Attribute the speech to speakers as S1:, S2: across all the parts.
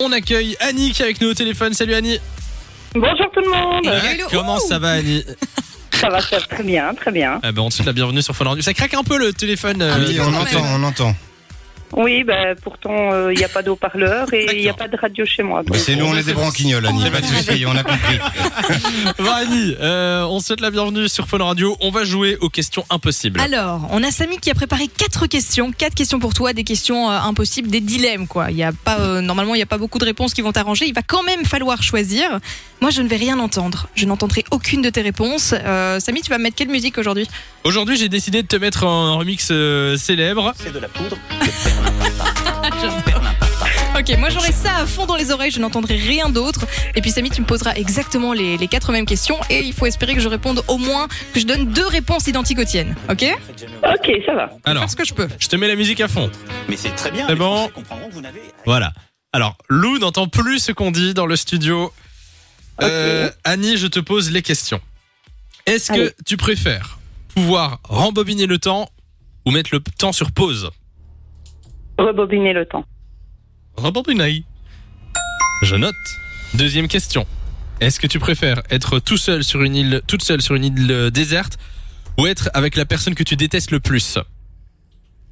S1: On accueille Annie qui est avec nous au téléphone. Salut Annie.
S2: Bonjour tout le monde.
S1: Comment ça va Annie
S2: Ça va ça va très bien, très bien.
S1: ah ben, On te souhaite la bienvenue sur Fun Radio. Ça craque un peu le téléphone. euh,
S3: Ah Oui, on
S1: quand
S3: entend,
S1: même.
S3: on entend.
S2: Oui, ben, pourtant, euh, il n'y a pas d'eau-parleur et il n'y a
S1: D'accord. Bah,
S2: pas de radio chez moi. donc-
S3: Mais Bah, c'est nous, on est des branquignoles, Annie. Pas de soucis, on a compris.
S1: Bon, Annie, euh, on te souhaite la bienvenue sur Fun Radio. On va jouer aux questions impossibles.
S4: Alors, on a Samy qui a préparé quatre questions, quatre questions pour toi, des questions euh, impossibles, des dilemmes quoi. Il y a pas euh, normalement il y a pas beaucoup de réponses qui vont t'arranger. Il va quand même falloir choisir. Moi, je ne vais rien entendre. Je n'entendrai aucune de tes réponses. Euh, Samy, tu vas me mettre quelle musique aujourd'hui
S1: Aujourd'hui, j'ai décidé de te mettre un remix euh, célèbre.
S5: C'est de la poudre.
S4: Ok, moi j'aurai ça à fond dans les oreilles. Je n'entendrai rien d'autre. Et puis Samy, tu me poseras exactement les, les quatre mêmes questions et il faut espérer que je réponde au moins que je donne deux réponses identiques aux tiennes. Ok
S2: Ok, ça va.
S1: Alors,
S4: Parce que je peux.
S1: je te mets la musique à fond.
S5: Mais c'est très bien.
S1: C'est
S5: les
S1: bon.
S5: Français comprendront que vous n'avez-
S1: Voilà. Alors, Lou n'entend plus ce qu'on dit dans le studio. Euh, Annie, je te pose les questions. Est-ce que
S2: Allez.
S1: tu préfères pouvoir rembobiner le temps ou mettre le temps sur pause
S2: Rebobiner le temps.
S1: Rebobinaille. Je note. Deuxième question. Est-ce que tu préfères être tout seul sur une île, toute seule sur une île euh, déserte ou être avec la personne que tu détestes le plus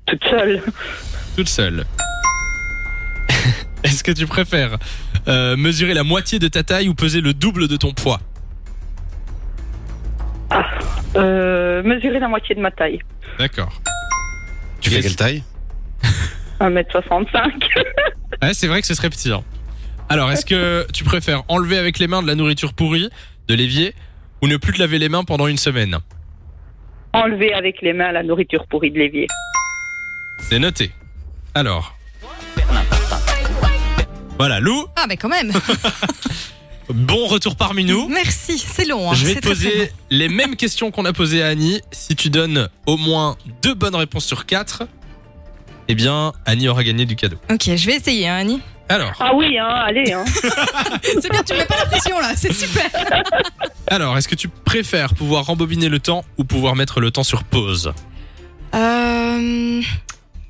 S2: Toute seule.
S1: Toute seule. Est-ce que tu préfères euh, mesurer la moitié de ta taille ou peser le double de ton poids
S2: Euh, mesurer la moitié de ma taille.
S1: D'accord.
S3: Tu fais quelle taille
S2: 1m65.
S1: Ouais, c'est vrai que ce serait petit. hein. Alors, est-ce que tu préfères enlever avec les mains de la nourriture pourrie, de l'évier, ou ne plus te laver les mains pendant une semaine
S2: Enlever avec les mains la nourriture pourrie de l'évier.
S1: C'est noté. Alors. Voilà, Lou,
S4: Ah mais quand même.
S1: bon retour parmi nous.
S4: Merci. C'est long. hein,
S1: Je vais
S4: c'est
S1: te
S4: très, très long.
S1: poser les mêmes questions qu'on a posées à Annie. Si tu donnes au moins deux bonnes réponses sur quatre, eh bien, Annie aura gagné du cadeau.
S4: Ok, je vais essayer, hein, Annie.
S1: Alors,
S2: Ah oui, hein, allez. Hein.
S4: C'est bien, tu me mets pas la pression là, c'est super.
S1: alors est-ce que tu préfères pouvoir rembobiner le temps ou pouvoir mettre le temps sur pause
S4: Euh,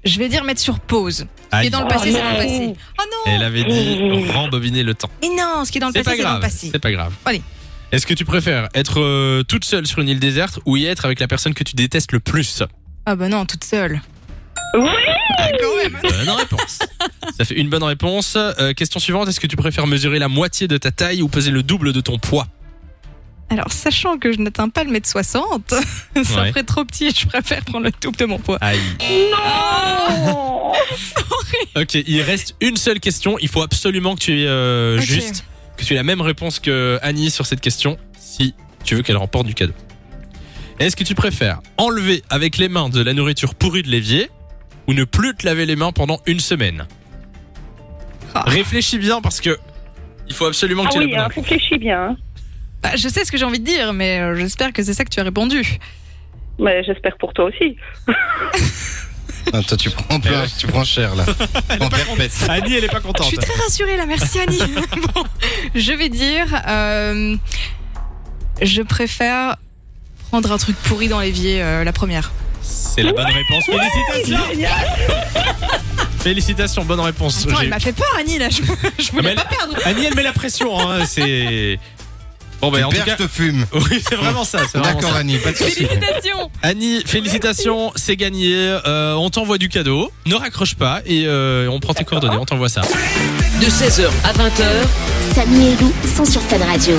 S4: je vais dire mettre sur pause. Ce qui est dans le passé,
S2: Oh
S4: c'est dans le
S2: non.
S4: passé. Oh non
S1: Elle avait dit rembobiner le temps.
S4: Mais non, ce qui est dans le
S1: C'est
S4: passé,
S1: pas
S4: c'est dans
S1: grave.
S4: le passé.
S1: C'est pas grave.
S4: Allez.
S1: Est-ce que tu préfères être euh, toute seule sur une île déserte ou y être avec la personne que tu détestes le plus
S4: Ah bah non, toute seule. Ah,
S2: Oui
S1: Bonne réponse. Ça fait une bonne réponse. Euh, question suivante est-ce que tu préfères mesurer la moitié de ta taille ou peser le double de ton poids
S4: Alors, sachant que je n'atteins pas le mètre 60, ça
S1: Ouais.
S4: ferait trop petit, je préfère prendre le double de mon poids.
S1: Aïe.
S2: Oh.
S1: Ok, il reste une seule question. Il faut absolument que tu aies euh,
S4: Ok.
S1: juste, que tu aies la même réponse que Annie sur cette question, si tu veux qu'elle remporte du cadeau. Est-ce que tu préfères enlever avec les mains de la nourriture pourrie de l'évier ou ne plus te laver les mains pendant une semaine
S4: Ah.
S1: Réfléchis bien parce que il faut absolument que
S2: Ah
S1: tu aies
S2: oui,
S1: la bonne
S2: hein,
S1: réponse.
S2: réfléchis bien. hein.
S4: Bah, je sais ce que j'ai envie de dire, mais euh, j'espère que c'est ça que tu as répondu.
S2: Mais j'espère pour toi aussi.
S3: Ah, Toi, tu prends, peu- tu prends cher, là. En perpète.
S1: Annie, elle est pas
S4: hein. Je
S1: contente.
S4: suis très rassurée là, merci Annie. bon, je vais dire, euh, je préfère prendre un truc pourri dans l'évier, euh, la première.
S1: C'est la bonne réponse. Félicitations. Félicitations, bonne réponse.
S4: Attends,
S1: J'ai- Ah,
S4: elle m'a fait peur Annie là, je, je voulais
S1: mais
S4: pas perdre.
S1: Annie, elle met la pression. Hein, c'est bon, ben
S3: Tu
S1: en tout
S3: perds,
S1: cas,
S3: je te fume.
S1: Oui, c'est vraiment ça. c'est vraiment
S3: D'accord,
S1: ça.
S3: Annie, pas de soucis.
S4: Félicitations
S1: Annie, félicitations, c'est gagné. Euh, on t'envoie du cadeau. Ne raccroche pas et euh, on prend tes coordonnées. On t'envoie ça.
S6: Samy et Lou sont sur Fun Radio.